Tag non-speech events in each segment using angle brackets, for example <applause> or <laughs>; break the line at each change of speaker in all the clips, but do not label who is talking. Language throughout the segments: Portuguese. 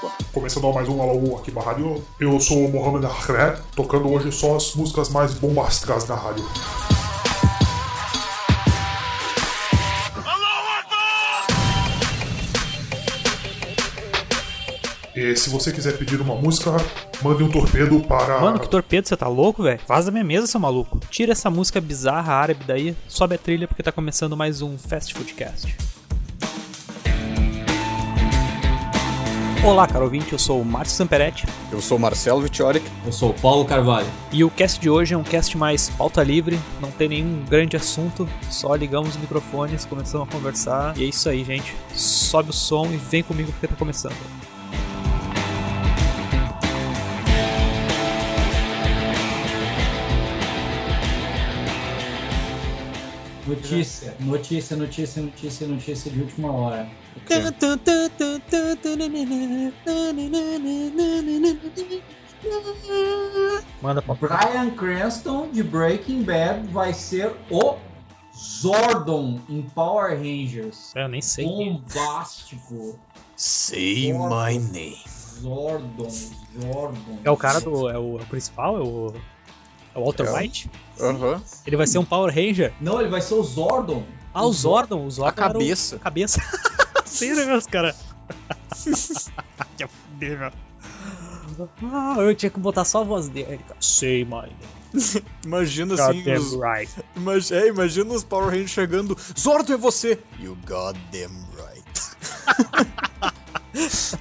Pô. Começando mais um Alaú aqui pra rádio. Eu sou o Mohamed Ahred, tocando hoje só as músicas mais bombásticas da rádio. E se você quiser pedir uma música, mande um torpedo para.
Mano, que torpedo, você tá louco, velho? Vaza da minha mesa, seu maluco. Tira essa música bizarra árabe daí, sobe a trilha porque tá começando mais um Fast Foodcast. Olá, caro ouvinte, eu sou o Márcio Samperetti
Eu sou o Marcelo Vittoric.
Eu sou o Paulo Carvalho.
e o cast de hoje é um cast mais pauta livre, não tem nenhum grande assunto, só ligamos os microfones, começamos a conversar e é isso aí, gente. Sobe o som e vem comigo porque tá começando.
Notícia, notícia, notícia, notícia, notícia de última hora.
Manda pra
Brian Cranston de Breaking Bad vai ser o Zordon em Power Rangers.
Eu nem sei.
Bombástico.
Say
my
name.
Zordon, Zordon.
É o cara do. É o, é o principal? É o. É o Walter
É o-
White?
Aham.
Ele vai ser um Power Ranger?
Não, ele vai ser o Zordon.
Ah, o Zordon. O Zordon
Uhum. A cabeça.
Era o...
<laughs>
Cabeça. Sei, né, meus cara? que a fuder, meu. Ah, eu tinha que botar só a voz dele, cara. Sei, mano.
Imagina assim. Os...
Goddamn right.
<laughs> imag- É, imagina os Power Rangers chegando. Zordo é você! You goddamn right.
Isso,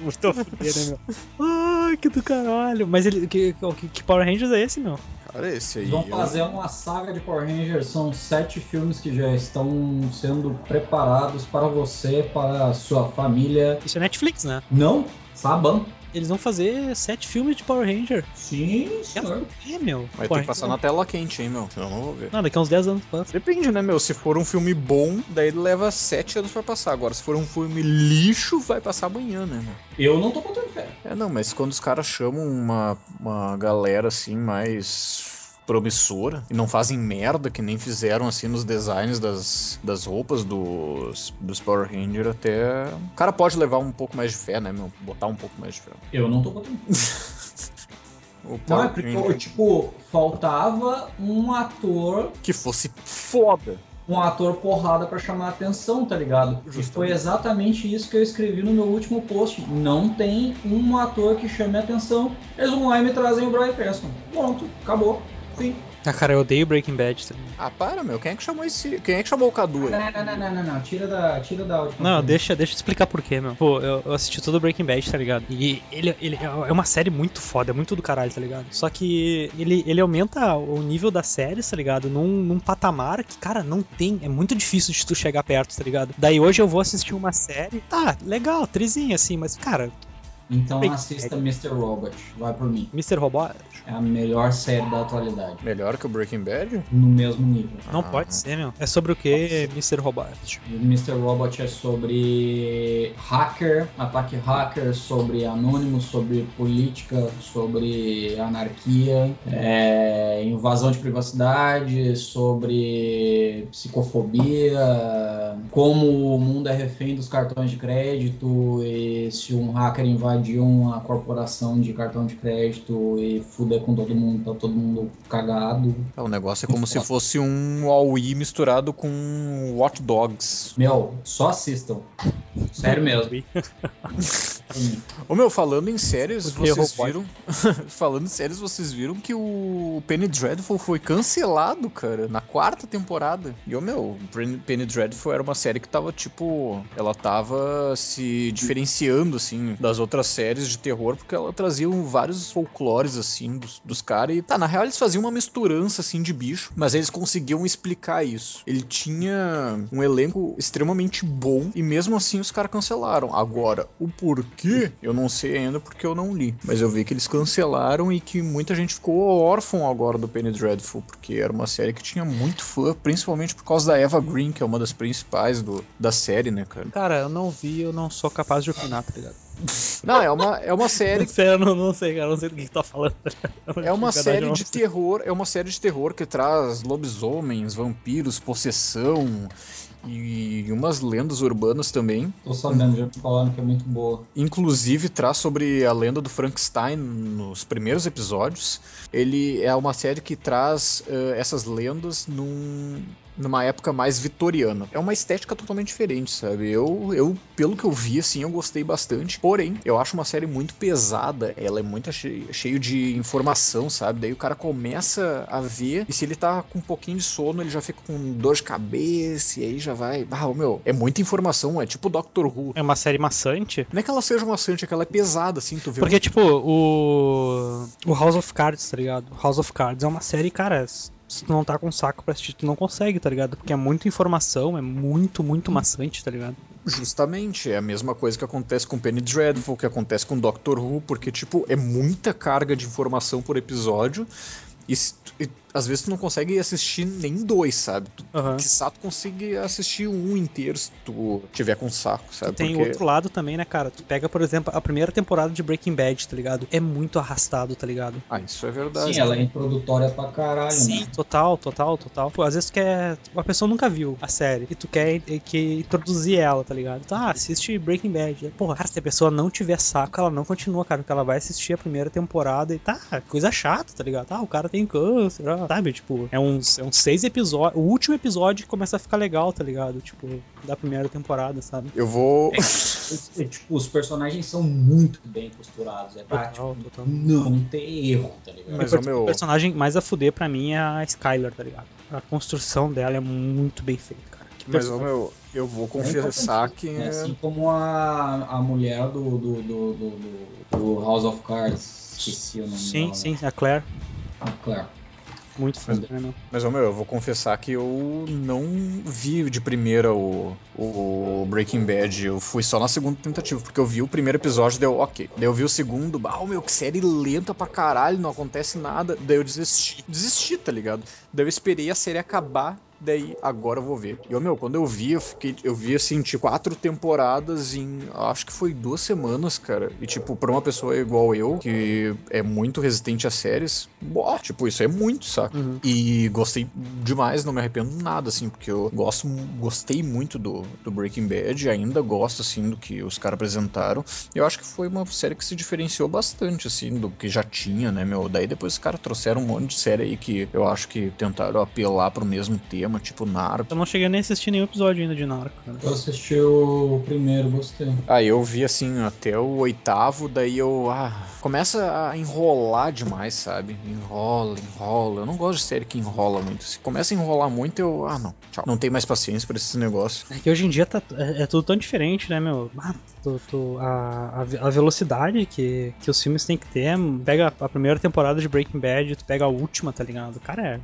muito a fuder, né, meu? Ai, que do caralho. Mas ele. Que, que, que Power Rangers é esse, meu?
Cara, esse aí.
Eles vão
eu-
fazer uma saga de Power Rangers. São sete filmes que já estão sendo preparados para você, para a sua família.
Isso é Netflix, né?
Não, Saban.
Eles vão fazer sete filmes de Power Ranger.
Sim, senhor.
É, meu.
Mas tem
Power
que passar na
Ranger-
tela quente, hein, meu? Senão Então, eu não vou ver.
Não, daqui a uns 10 anos passa.
Depende, né, meu? Se for um filme bom, daí ele leva sete anos pra passar. Agora, se for um filme lixo, vai passar amanhã, né, meu?
Eu não tô botando fé.
É, não, mas quando os caras chamam uma, uma galera assim mais promissora e não fazem merda que nem fizeram assim nos designs das, das roupas dos, dos Power Ranger até. O cara pode levar um pouco mais de fé, né, meu? Botar um pouco mais de fé.
Eu não tô botando fé.
O
Então,
Não,
Power
é porque,
Ranger
tipo, faltava um ator,
que fosse foda.
um ator porrada pra chamar a atenção, tá ligado? E
Justamente.
foi exatamente isso que eu escrevi no meu último post. Não tem um ator que chame a atenção. Eles vão lá e me trazem o Brian Cranston. Pronto, acabou. Fim.
Ah, cara, eu odeio Breaking Bad. Tá? ligado?
Ah, para, meu. Quem é que chamou esse. Quem é que chamou o Cadu aí?
Não, não, não, não, não, não. Tira da, tira da áudio.
Não, deixa, deixa eu explicar por quê, meu. Pô, eu, eu assisti todo Breaking Bad, tá ligado? E ele, ele é uma série muito foda, é muito do caralho, tá ligado? Só que ele, ele aumenta o nível da série, tá ligado? Num, num patamar que, cara, não tem. É muito difícil de tu chegar perto, tá ligado? Daí hoje eu vou assistir uma série. Tá, legal, trizinha assim, mas, cara,
Então assista Mr. Robot. Vai por mim.
Mr. Robot
É a melhor série da atualidade.
Melhor que o Breaking Bad?
No mesmo nível.
não
Ah.
pode ser, meu. É sobre o que, Mr. Robot?
O Mr. Robot é sobre hacker, ataque hacker, sobre anônimo, sobre política, sobre anarquia, é, invasão de privacidade, sobre psicofobia, como o mundo é refém dos cartões de crédito e se um hacker invadir uma corporação de cartão de crédito e fuder com todo mundo, tá todo mundo cagado.
É, o negócio é como se fosse um Aoi misturado com Watch Dogs.
Meu, só assistam. Sério mesmo.
Ô meu, falando em séries,
Porque
vocês
robô-
viram. <laughs> falando em séries, vocês viram que o Penny Dreadful foi cancelado, cara, na quarta temporada. E ô meu, o Pen- Penny Dreadful era uma série que tava tipo. Ela tava se diferenciando, assim, das outras séries de terror, porque ela trazia um- vários folclores, assim, dos, dos caras. E tá, na real eles faziam uma misturança, assim, de bicho, mas eles conseguiam explicar isso. Ele tinha um elenco extremamente bom e mesmo assim os caras cancelaram. Agora, o porquê, eu não sei ainda porque eu não li. Mas eu vi que eles cancelaram e que muita gente ficou órfão agora do Penny Dreadful, porque era uma série que tinha muito fã, principalmente por causa da Eva Green, que é uma das principais do, da série, né, cara?
Cara, eu não vi, eu não sou capaz de opinar, tá ligado?
Não, é uma, é uma série
<laughs> Sério, eu não, não sei, cara. Não sei do que, que tá falando. <laughs>
É
verdade,
uma
eu
série
não
de
sei.
terror, é uma série de terror que traz lobisomens, vampiros, possessão e umas lendas urbanas também.
Tô sabendo, já me falaram que é muito boa.
Inclusive traz sobre a lenda do Frankenstein nos primeiros episódios. Ele é uma série que traz eh, essas lendas num- numa época mais vitoriana. É uma estética totalmente diferente, sabe? Eu, eu, pelo que eu vi, assim, eu gostei bastante. Porém, eu acho uma série muito pesada. Ela é muito che- cheio de informação, sabe? Daí o cara começa a ver e se ele tá com um pouquinho de sono, ele já fica com dor de cabeça e aí já vai. Ah, ô, meu, é muita informação. É tipo Doctor Who,
É uma série maçante.
não é que ela seja maçante, é que ela é pesada, assim, tu vê.
Porque, tipo, o. O House of Cards, tá ligado? House of Cards é uma série, cara. Se tu não tá com saco pra assistir, tu não consegue, tá ligado? Porque é muita informação, é muito, muito maçante, tá ligado?
tipo, Justamente, é a mesma coisa que acontece com Penny Dreadful, que acontece com Doctor Who, porque, tipo, é muita carga de informação por episódio. E, se tu- e às vezes tu não consegue assistir nem dois, sabe? Tu,
Aham.
Que saco consegue assistir um inteiro se tu tiver com saco, sabe?
Tem
É Porque-
outro lado também, né, cara? Tu pega, por exemplo, a primeira temporada de Breaking Bad, tá ligado? É muito arrastado, tá ligado?
Ah, isso é verdade.
Sim, ela é introdutória pra caralho, né?
Total, total, total. Pô, às vezes tu quer. Uma pessoa nunca viu a série e tu quer eh, que introduzir ela, tá ligado? Então, ah, assiste Breaking Bad. Porra, cara, se a pessoa não tiver saco, ela não continua, cara, porque ela vai assistir a primeira temporada e tá, coisa chata, tá ligado? Ah, o cara tem câncer, ah, sabe? Tipo, é uns, é uns seis episódios. O último episódio que começa a ficar legal, tá ligado? Tipo, da primeira temporada, sabe?
Eu
<laughs>
vou.
Os- e, Tipo, os personagens são muito bem costurados. É pra,
Total,
tipo,
total.
não, não tem erro, tá ligado?
Mas,
o
ô, meu-
personagem mais a fuder pra mim é a Skylar, tá ligado? A construção dela é muito bem feita, cara. Que
Mas, ô,
personagem.
meu, eu vou confessar que.
É assim como a, a mulher do, do, do, do- do- do House of Cards. Esqueci o nome
Sim,
dela.
sim, a Claire.
Ah, claro.
Muito foda, né, meu?
Mas, ô, meu, eu vou confessar que eu não vi de primeira o, o Breaking Bad. Eu fui só na segunda tentativa, porque eu vi o primeiro episódio e deu ok. Daí eu vi o segundo, ah, meu, que série lenta pra caralho, não acontece nada. Daí eu desisti, desisti, tá ligado? Daí eu esperei a série acabar, daí agora eu vou ver. E, ô, meu, quando eu vi, eu fiquei, eu vi, assim, tipo, quatro temporadas em, acho que foi duas semanas, cara. E, tipo, pra uma pessoa igual eu, que é muito resistente a séries, boa, tipo, isso é muito, saca?
Uhum.
E gostei demais, não me arrependo nada, assim, porque eu gosto, gostei muito do, do Breaking Bad, ainda gosto, assim, do que os caras apresentaram. Eu acho que foi uma série que se diferenciou bastante, assim, do que já tinha, né, meu? Daí depois os caras trouxeram um monte de série aí que eu acho que tentaram apelar pro mesmo tema, tipo Narco.
Eu não cheguei nem a assistir nenhum episódio ainda de Narco, né? cara.
Eu assisti o primeiro, gostei.
Aí eu vi, assim, até o oitavo, daí eu, ah, começa a enrolar demais, sabe? Enrola, enrola. Eu não gosto de série que enrola muito. Se começa a enrolar muito, eu, ah, não, tchau. Não tenho mais paciência pra esse negócio.
É que hoje em dia tá, é, é tudo tão diferente, né, meu? Ah, tu- tu- a, a ve- a velocidade que, que os filmes têm que ter. Pega a primeira temporada de Breaking Bad, tu pega a última, tá ligado? Cara, é,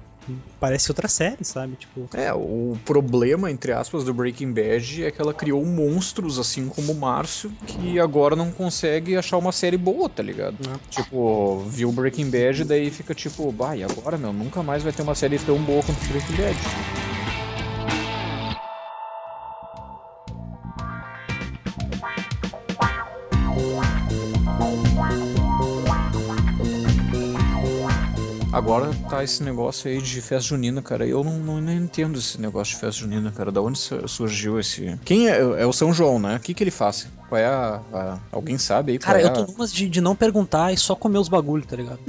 parece outra série, sabe? Tipo,
É, o problema, entre aspas, do Breaking Bad é que ela criou monstros, assim como o Márcio, que agora não consegue achar uma série boa, tá ligado?
Né.
Tipo, viu Breaking Bad e daí fica tipo, bah, e agora, meu, nunca mais vai ter uma série tão boa quanto Breaking Bad. Agora tá esse negócio aí de festa junina, cara. Eu não, não, nem entendo esse negócio de festa junina, cara. Da onde su- surgiu esse. Quem é? É o São João, né? O que, que ele faz? Qual é a. a- Alguém sabe aí? qual
cara,
é
eu
a-
tô numas de, de não perguntar e só comer os bagulhos, tá <laughs> ligado?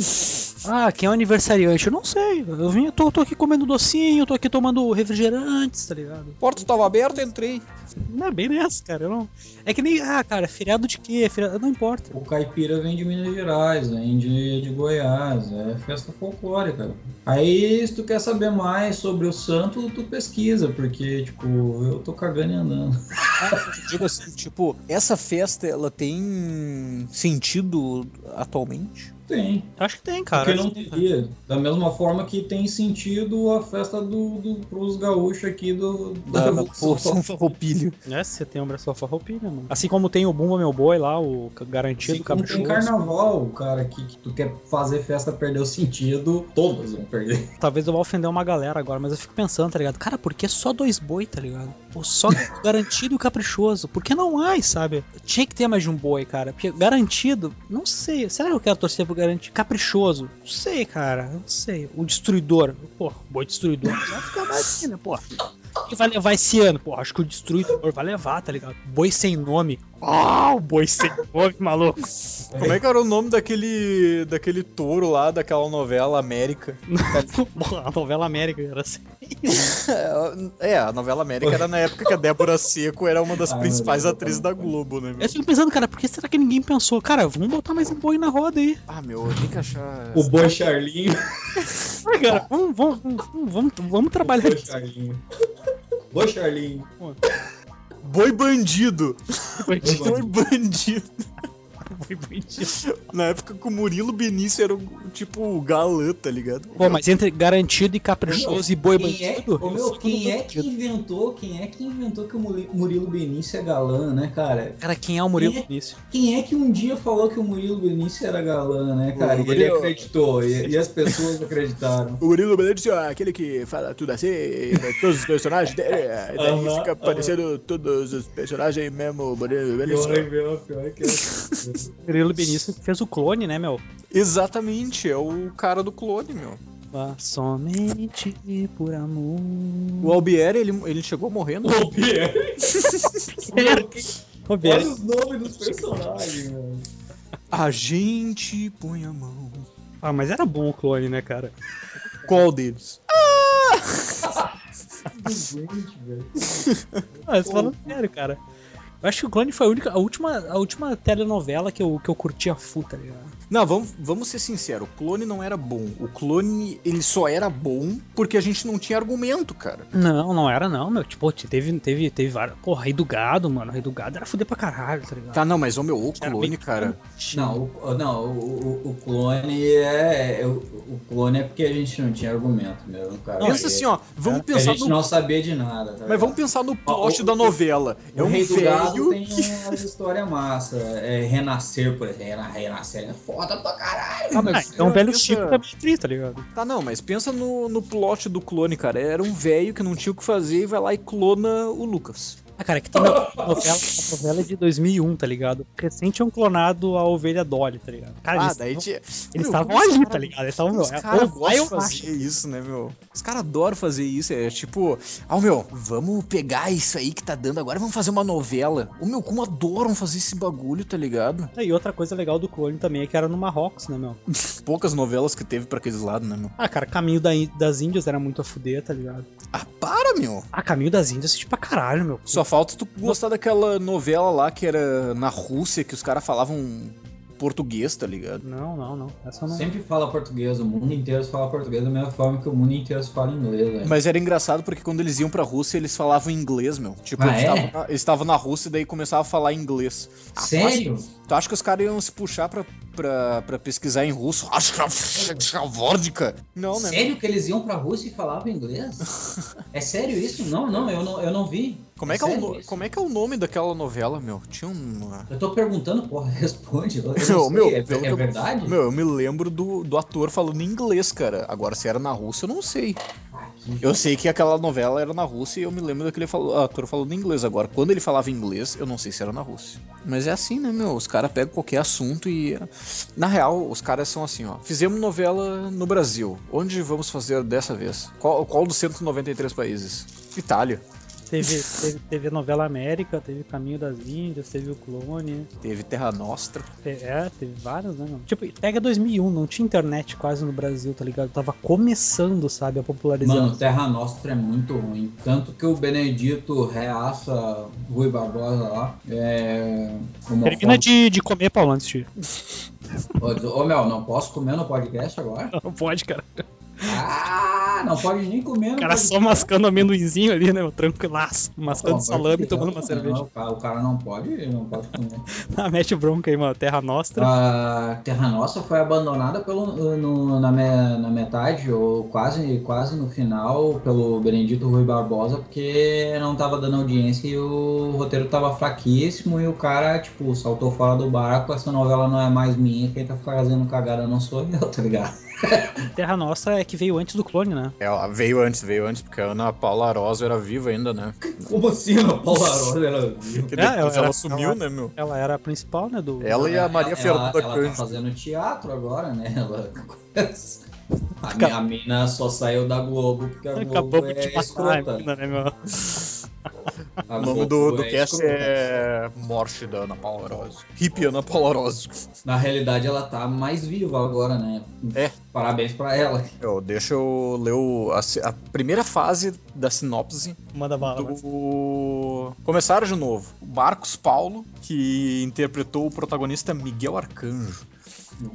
Ah, quem é o aniversariante? Eu não sei. Eu vim, eu tô, tô aqui comendo docinho, tô aqui tomando refrigerantes, tá ligado?
porta estava aberta, entrei.
Não é bem nessa, cara. Eu não... É que nem. Ah, cara, feriado de quê? Feriado... Não importa.
O caipira vem de Minas Gerais, vem de, de Goiás, é festa folclórica. Aí, se tu quer saber mais sobre o santo, tu pesquisa, porque, tipo, eu tô cagando e andando. <laughs>
Digo assim, tipo, essa festa ela tem sentido atualmente?
Tem.
Acho que tem, cara.
Porque não teria. Da mesma forma que tem sentido a festa do, do, pros gaúchos aqui do,
<laughs> Da,
da <laughs>
da
Revolução
porção farroupilho.
É, se setembro é só farroupilha, mano. Assim como tem o Bumba Meu Boi lá, o ca- garantido
Assim como tem
caprichoso.
carnaval, cara, que, que tu quer fazer festa perder o sentido, todas vão perder.
Talvez eu vá ofender uma galera agora, mas eu fico pensando, tá ligado? Cara, por que só dois boi, tá ligado? Pô,
<laughs>
só garantido e caprichoso. Por que não mais, sabe? Tinha que ter mais de um boi, cara. Porque garantido, não sei. Será que eu quero torcer pro garantido? Caprichoso? Não sei, cara. Não sei. O destruidor. Pô, boi
<laughs>
destruidor. Vai ficar mais aqui, né, pô? Quem vai levar esse ano? Pô, acho que o destruidor vai levar, tá ligado? Boi sem nome. Ah, o boi sem nome, maluco.
Como é que era o nome daquele, daquele touro lá, daquela novela América?
<laughs> Bom, a novela América era assim.
É, a novela América era na época que a Débora Seco era uma das
Ah,
principais
meu Deus.
atrizes da Globo, né? meu?
Eu fico pensando, cara, por que será que ninguém pensou? Cara, vamos botar mais um boi na roda aí.
Ah, meu, eu tenho que achar...
O boi Charlinho. <laughs>
Ah, cara, vamos, vamos, vamos, vamos, vamos trabalhar.
O boi Charlinho. Boi Charlinho.
Boi bandido!
Bandido.
Boi bandido!
Foi bonitinho.
Na época que o Murilo Benício era o, tipo o galã, tá ligado?
Pô, mas entre garantido e caprichoso e boi
Quem é,
bandido.
ô,
eu
meu,
fico
quem
no
é que
bandido.
inventou? Quem é que inventou que o Muri- Murilo Benício é galã, né, cara?
Cara, quem é o Murilo
Quem é?
Benício?
Quem é que um dia falou que o Murilo Benício era galã, né, cara?
O
E ele
Murilo-
acreditou, e, e as pessoas
<laughs>
acreditaram.
O Murilo Benício é aquele que fala tudo assim, né, todos os personagens dele, é, daí
Aham,
fica
aham.
parecendo todos os personagens mesmo, o Murilo
Pior, é
Benício.
pior, pior que eu.
Murilo Benício fez o clone, né, meu?
Exatamente, é o cara do clone, meu.
Ah, Somente por amor.
O Albieri, ele, ele chegou morrendo.
O Pierre,
<laughs> Ô,
olha
velho,
os nomes dos personagens, mano.
A gente põe a mão.
Ah, mas era bom o clone, né, cara?
Qual deles?
Gente, velho.
Ah, mas falando sério, cara. Eu acho que o clone foi a única, a última, a última telenovela que eu, que eu curti a full, tá ligado?
Não, vamos, vamos ser sinceros, o clone não era bom. O clone, ele só era bom porque a gente não tinha argumento, cara.
Não, não era não, meu. Tipo, teve, teve, teve várias. Pô, Rei do Gado, mano. Rei do Gado era fuder pra caralho, tá ligado?
Tá, não, mas o meu, o
Era
clone,
bem-
cara.
Não, o, não o, o- o clone é. é- O, o clone é porque a gente não tinha argumento mesmo, cara.
Pensa
É-
assim, ó, vamos
a
pensar
gente
no.
não sabia de nada. Tá
Mas vamos
ligado?
pensar no
Ó,
plot
o-
da novela. É
o
um
Rei do
velho.
Gado tem um uma história massa. É Renascer, por exemplo. Rena- Renascer é foda pra caralho.
Ah,
mano.
Ah,
mas-
então o velho
Essa-
Chico tá bem triste, tá ligado?
Tá, não, mas pensa no, no plot do clone, cara. Era um velho que não tinha o que fazer e vai lá e clona o Lucas.
Ah, cara, que tá na
<laughs>
novela, a novela é de 2001, tá ligado? Recente tinham clonado a ovelha Dolly, tá ligado? Cara, eles tavam-
Ah, tinha.
eles
Meu,
estavam
como os
ali,
cara- um
tá ligado? Eles estavam, meu,
Os
é,
caras
ou vai
gostam
ou
de fazer
racha.
isso, né, meu? Os caras adoram fazer isso. É tipo, ah, meu, vamos pegar isso aí que tá dando agora, vamos fazer uma novela. O meu, como adoram fazer esse bagulho, tá ligado?
E outra coisa legal do clone também é que era no Marrocos, né, meu?
Poucas novelas que teve pra aqueles lados, né, meu?
Ah, cara, Caminho da Í- das Índias era muito a fuder, tá ligado?
Ah, para, meu!
Ah, Caminho das Índias, tipo, pra caralho, meu.
Só falta tu gostar daquela novela lá que era na Rússia, que os caras falavam português, tá ligado?
Não, não, não. Essa eu não.
Sempre fala português, o mundo inteiro fala português da mesma forma que o mundo inteiro fala inglês, velho.
Mas era engraçado porque quando eles iam pra Rússia, eles falavam inglês, meu. Tipo,
Ah,
eles
é?
tavam na- eles estavam na Rússia e daí começavam a falar inglês. Ah, tu acha-
Sério?
Tu acha que os caras iam se puxar pra, pra, pra pesquisar em russo? Acho <laughs> que é a vodka. Não, né?
Sério que eles iam pra Rússia e falavam inglês?
<laughs>
é sério isso? Não, não, eu não, eu não vi.
Como é, que é o,
Sério
no-
isso?
como é que é o nome daquela novela, meu? Tinha um, uma.
Eu tô perguntando, porra, <laughs> responde. Eu não
Meu,
sei,
meu,
é,
pelo
é
que eu-
verdade?
Meu, eu me lembro do, do ator falando inglês, cara. Agora, se era na Rússia, eu não sei.
Ah, que-
Eu sei que aquela novela era na Rússia e eu me lembro daquele falo- ator falando inglês. Agora, quando ele falava inglês, eu não sei se era na Rússia. Mas é assim, né, meu? Os caras pegam qualquer assunto e. Na real, os caras são assim, ó. Fizemos novela no Brasil. Onde vamos fazer dessa vez? Qual, qual dos 193 países? Itália.
Teve, teve, teve a novela América, teve Caminho das Índias, teve o Clone.
Teve Terra Nostra.
Te- É, teve vários, né? meu? Tipo, pega 2001, não tinha internet quase no Brasil, tá ligado? Tava começando, sabe, a popularizar.
Mano, Terra Nostra é muito ruim. Tanto que o Benedito reaça Rui Barbosa lá.
Termina
É. homofóbico.
de, de comer, Paulo, antes de...
Ô, Mel, não posso comer no podcast agora?
Não pode, cara.
Ah, Ah, não pode nem comer.
O
não
cara
pode-
só mascando amendoinzinho ali, né? meu, Tranquilaço.
Não,
Mascando
pode
tá salame e
ter,
tomando
não,
uma
não,
cerveja.
O cara, o cara não pode, não pode comer.
Ah, mete bronca aí, mano. Terra Nostra.
A Terra Nossa foi abandonada pelo, no- na, me- na metade, ou quase, quase no final, pelo Benedito Rui Barbosa, porque não tava dando audiência e o roteiro tava fraquíssimo e o cara, tipo, saltou fora do barco, essa novela não é mais minha, quem tá fazendo cagada não sou eu, tá ligado? Ah.
Terra Nostra é que veio antes do clone, né?
É,
Ela veio antes, veio antes, porque a Ana Paula Arosa era viva ainda, né?
Como assim, a Paula Arosa, ela viu?
Porque
É,
depois
ela
ela,
era-
sumiu,
ela-
né, meu?
Ela era a principal, né? Do...
Ela e a Maria
ela,
Fernanda
ela tá
Cândido.
fazendo teatro agora, né? Ela... A, mi- a mina só saiu da Globo porque a Globo
Acabamos
é
de matar tipo, a
escrota.
mina, né, meu?
A
O nome
Globo
do, do
é
cast
escrota.
é Morte da Ana Paula Arosa. Hippie Ana Paula Arosa.
Na realidade, ela tá mais viva agora, né?
É.
Parabéns pra ela.
Eu, deixa eu ler o- a, se- a primeira fase da sinopse
Manda bala. mas-
do... Começaram de novo. Marcos Paulo, que interpretou o protagonista Miguel Arcanjo.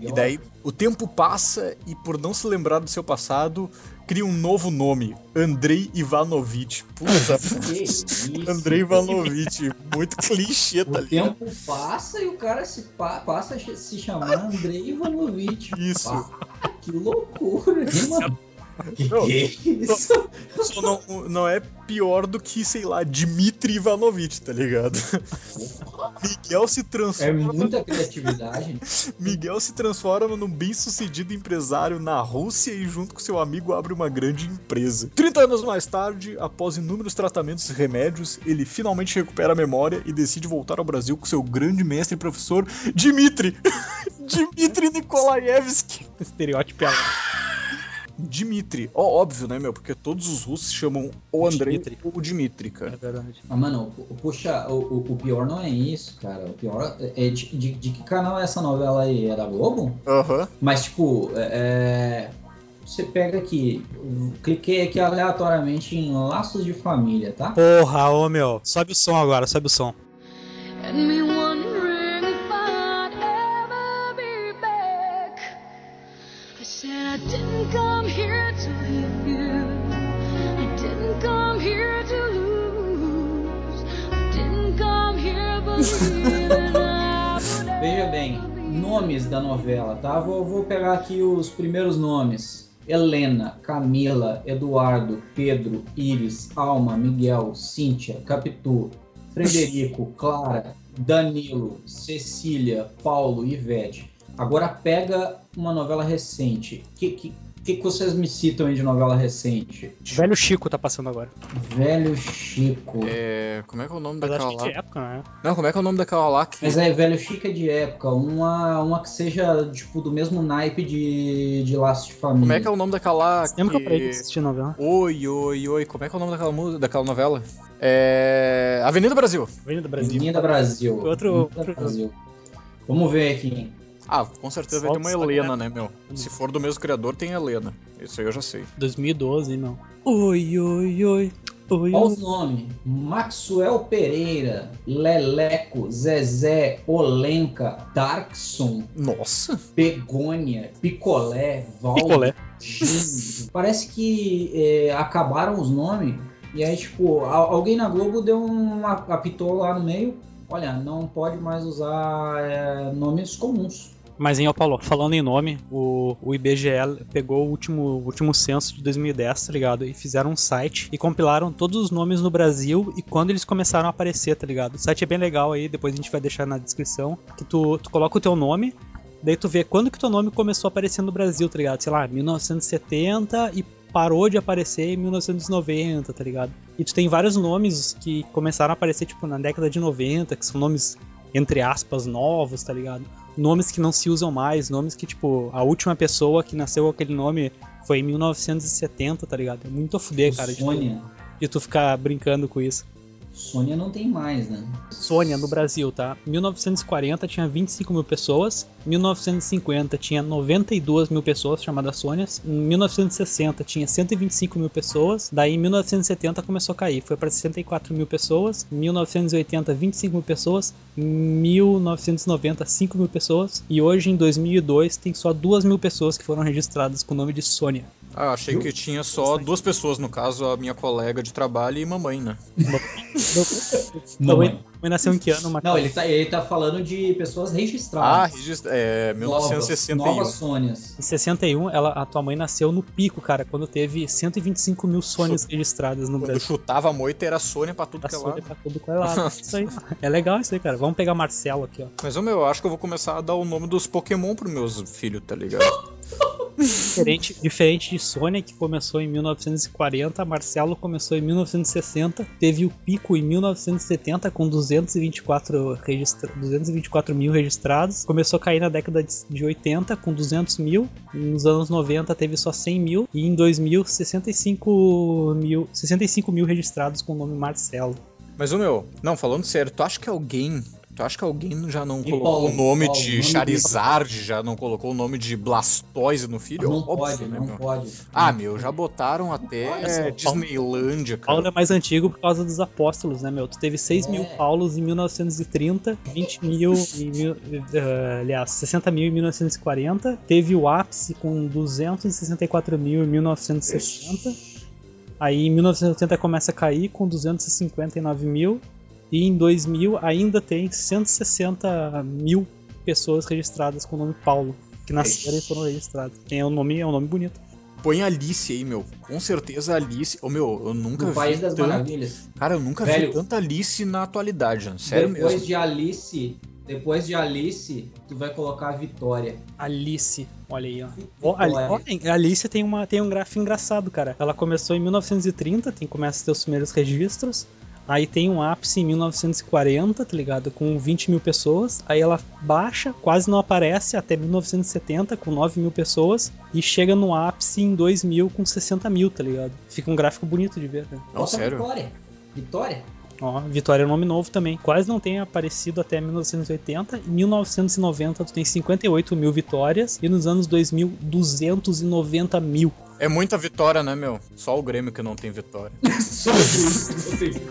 E daí, o tempo passa e por não se lembrar do seu passado, cria um novo nome, Andrei Ivanovich. Puta,
Que isso?
<laughs> Andrei Ivanovich, muito clichê, tá
O
ligado?
tempo passa e o cara se pa- passa a se chamar Andrei Ivanovich.
Isso.
Ah, que loucura. Que, mano? que,
Não,
que é isso?
Só não, não é pior do que, sei lá, Dmitri Ivanovich, tá ligado? Miguel se
É
transforma,
muita criatividade.
Miguel se transforma num bem-sucedido empresário na Rússia e junto com seu amigo abre uma grande empresa. 30 anos mais tarde, após inúmeros tratamentos e remédios, ele finalmente recupera a memória e decide voltar ao Brasil com seu grande mestre e professor <laughs> Dmitri. Dmitri Nikolaevski.
Estereótipo é ela.
Dmitri. Ó, óbvio, né, meu? Porque todos os russos chamam ou Andrei
Dmitri.
ou Dmitri, cara.
É verdade.
Ah, mano, pu- puxa, o, o- o pior não é isso, cara. O pior é é de, de- de que canal é essa novela aí? É da Globo?
Aham.
Mas, tipo, é, é, você pega aqui, eu cliquei aqui aleatoriamente em laços de família, tá?
Porra, ô meu. Sobe o som agora, sobe o som.
And me wondering if I'd ever be back. I said I didn't come here to leave you. I didn't come here to lose. I didn't come here believing I would
Veja bem, nomes da novela, tá? Vou, vou pegar aqui os primeiros nomes. Helena, Camila, Eduardo, Pedro, Iris, Alma, Miguel, Cíntia, Capitu, Frederico, Clara, Danilo, Cecília, Paulo, Ivete. Agora pega uma novela recente. O que, que, que que vocês me citam aí de novela recente?
Velho Chico tá passando agora.
Velho Chico.
É, como é que é o nome
Mas
daquela
acho que
lá?
de época, né?
Não, como é que é o nome daquela lá que...
Mas é Velho Chico é de época, uma, uma que seja, tipo, do mesmo naipe de, de laço de família.
Como é que é o nome daquela lá
Lembra que eu parei de
que...
assistir novela?
Oi, oi, oi, como é que é o nome daquela, mu- daquela novela? É... Avenida Brasil.
Vem do Brasil.
Avenida Brasil.
Outro-
Avenida
outro-
Brasil. Vamos ver aqui.
Ah, com certeza vai ter uma
Só- só
Helena,
que-
né, meu? Se for do mesmo criador, tem Helena. Isso aí eu já sei.
2012, meu. Oi, oi, oi. Oi,
Olha
oi.
os nomes. Maxwell Pereira, Leleco, Zezé, Olenka, Darkson,
Nossa!
Begônia, Picolé, Valdo,
Picolé.
Gênio. Parece que é, acabaram os nomes. E aí, tipo, al- alguém na Globo deu uma apitou lá no meio. Olha, não pode mais usar é, nomes comuns.
Mas, hein, ó, Paulo, falando em nome, o, o IBGE pegou o último, o último censo de 2010, tá ligado? E fizeram um site e compilaram todos os nomes no Brasil e quando eles começaram a aparecer, tá ligado? O site é bem legal aí, depois a gente vai deixar na descrição. Que tu, tu coloca o teu nome, daí tu vê quando que teu nome começou a aparecer no Brasil, tá ligado? Sei lá, 1970 e parou de aparecer em 1990, tá ligado? E tu tem vários nomes que começaram a aparecer, tipo, na década de 90, que são nomes, entre aspas, novos, tá ligado? nomes que não se usam mais, nomes que, tipo, a última pessoa que nasceu com aquele nome foi em 1970, tá ligado? É muito a fuder, cara, de tu,
Sônia.
de tu ficar brincando com isso.
Sônia não tem mais, né?
Sônia no Brasil, tá? 1940 tinha 25 mil pessoas, 1950 tinha 92 mil pessoas chamadas Sônias, em 1960 tinha 125 mil pessoas, daí em 1970 começou a cair, foi para 64 mil pessoas, 1980 25 mil pessoas, 1990 5 mil pessoas e hoje em 2002 tem só 2 mil pessoas que foram registradas com o nome de Sônia.
Ah, achei que tinha só duas pessoas, no caso, a minha colega de trabalho e mamãe, né?
Então,
Mamãe.
ele
tá-
ele nasceu em que ano, Matheus?
Não, ele tá, ele tá falando de pessoas
Ah,
registradas.
registra... é,
Novas-
1961.
Novas Sônias.
Em 61, ela, a tua mãe nasceu no pico, cara, quando teve 125 mil Sonyas registradas no
Quando
Brasil.
chutava a moita era Sônia pra tudo que é
Passou de
lado.
pra todo qual é lado. Isso aí. É legal isso aí, cara. Vamos pegar Marcelo aqui, ó.
Mas, ô, meu, eu acho que eu vou começar a dar o nome dos Pokémon pros meus filhos, tá ligado?
Diferente, diferente de Sônia, que começou em 1940, Marcelo começou em 1960, teve o pico em 1970 com 224, registra 224 mil registrados, começou a cair na década de- de 80 com 200 mil, nos anos 90 teve só 100 mil, e em 2000, 65 mil, 65 mil registrados com o nome Marcelo.
Mas, ô, meu, não, falando sério, tu acha que alguém... Tu acha que alguém já não
E
colocou
Paulo,
o nome
Paulo,
de
nome
Charizard, já não colocou o nome de Blastoise no filho?
Não
Óbvio,
pode,
né,
não
meu?
pode.
Ah, meu, já botaram até
Olha só, Paulo.
Disneylândia, cara.
Paulo é mais antigo por causa dos apóstolos, né, meu? Tu teve 6 mil
É.
Paulos em 1930, 20 mil em. mil- eh, aliás, 60 mil em 1940. Teve o ápice com 264 mil em 1960. Aí em 1980 começa a cair com 259 mil. E em 2000 ainda tem 160 mil pessoas registradas com o nome Paulo, que nasceram e foram registradas. Tem, é, um nome, é um nome bonito.
Põe Alice aí, meu. Com certeza a Alice. Ô, meu, eu nunca
No
vi.
País das
tanto-
Maravilhas.
Cara, eu nunca
Velho.
vi tanta Alice na atualidade, mano. Sério
depois
mesmo.
de Alice, depois de Alice, tu vai colocar a Vitória.
Alice, olha aí, ó. Ó,
Vitória.
Ali- ó, a Alice tem, uma, tem um gráfico engraçado, cara. Ela começou em 1930, tem começa a ter os primeiros registros. Aí tem um ápice em 1940, tá ligado? Com 20 mil pessoas. Aí ela baixa, quase não aparece, até 1970, com 9 mil pessoas. E chega no ápice em 2000, com 60 mil, tá ligado? Fica um gráfico bonito de ver, né?
Não,
Bota
sério.
Vitória. Vitória?
Ó, Vitória é um nome novo também. Quase não tem aparecido até 1980. Em 1990, tu tem 58 mil vitórias. E nos anos 2000, 290 mil.
É muita vitória, né, meu? Só o Grêmio que não tem vitória.
Só isso.